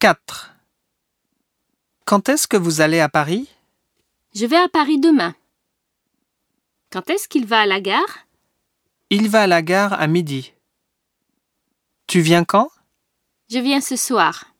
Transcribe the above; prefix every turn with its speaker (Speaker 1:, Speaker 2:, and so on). Speaker 1: 4. Quand est-ce que vous allez à Paris
Speaker 2: Je vais à Paris demain. Quand est-ce qu'il va à la gare
Speaker 1: Il va à la gare à midi. Tu viens quand
Speaker 2: Je viens ce soir.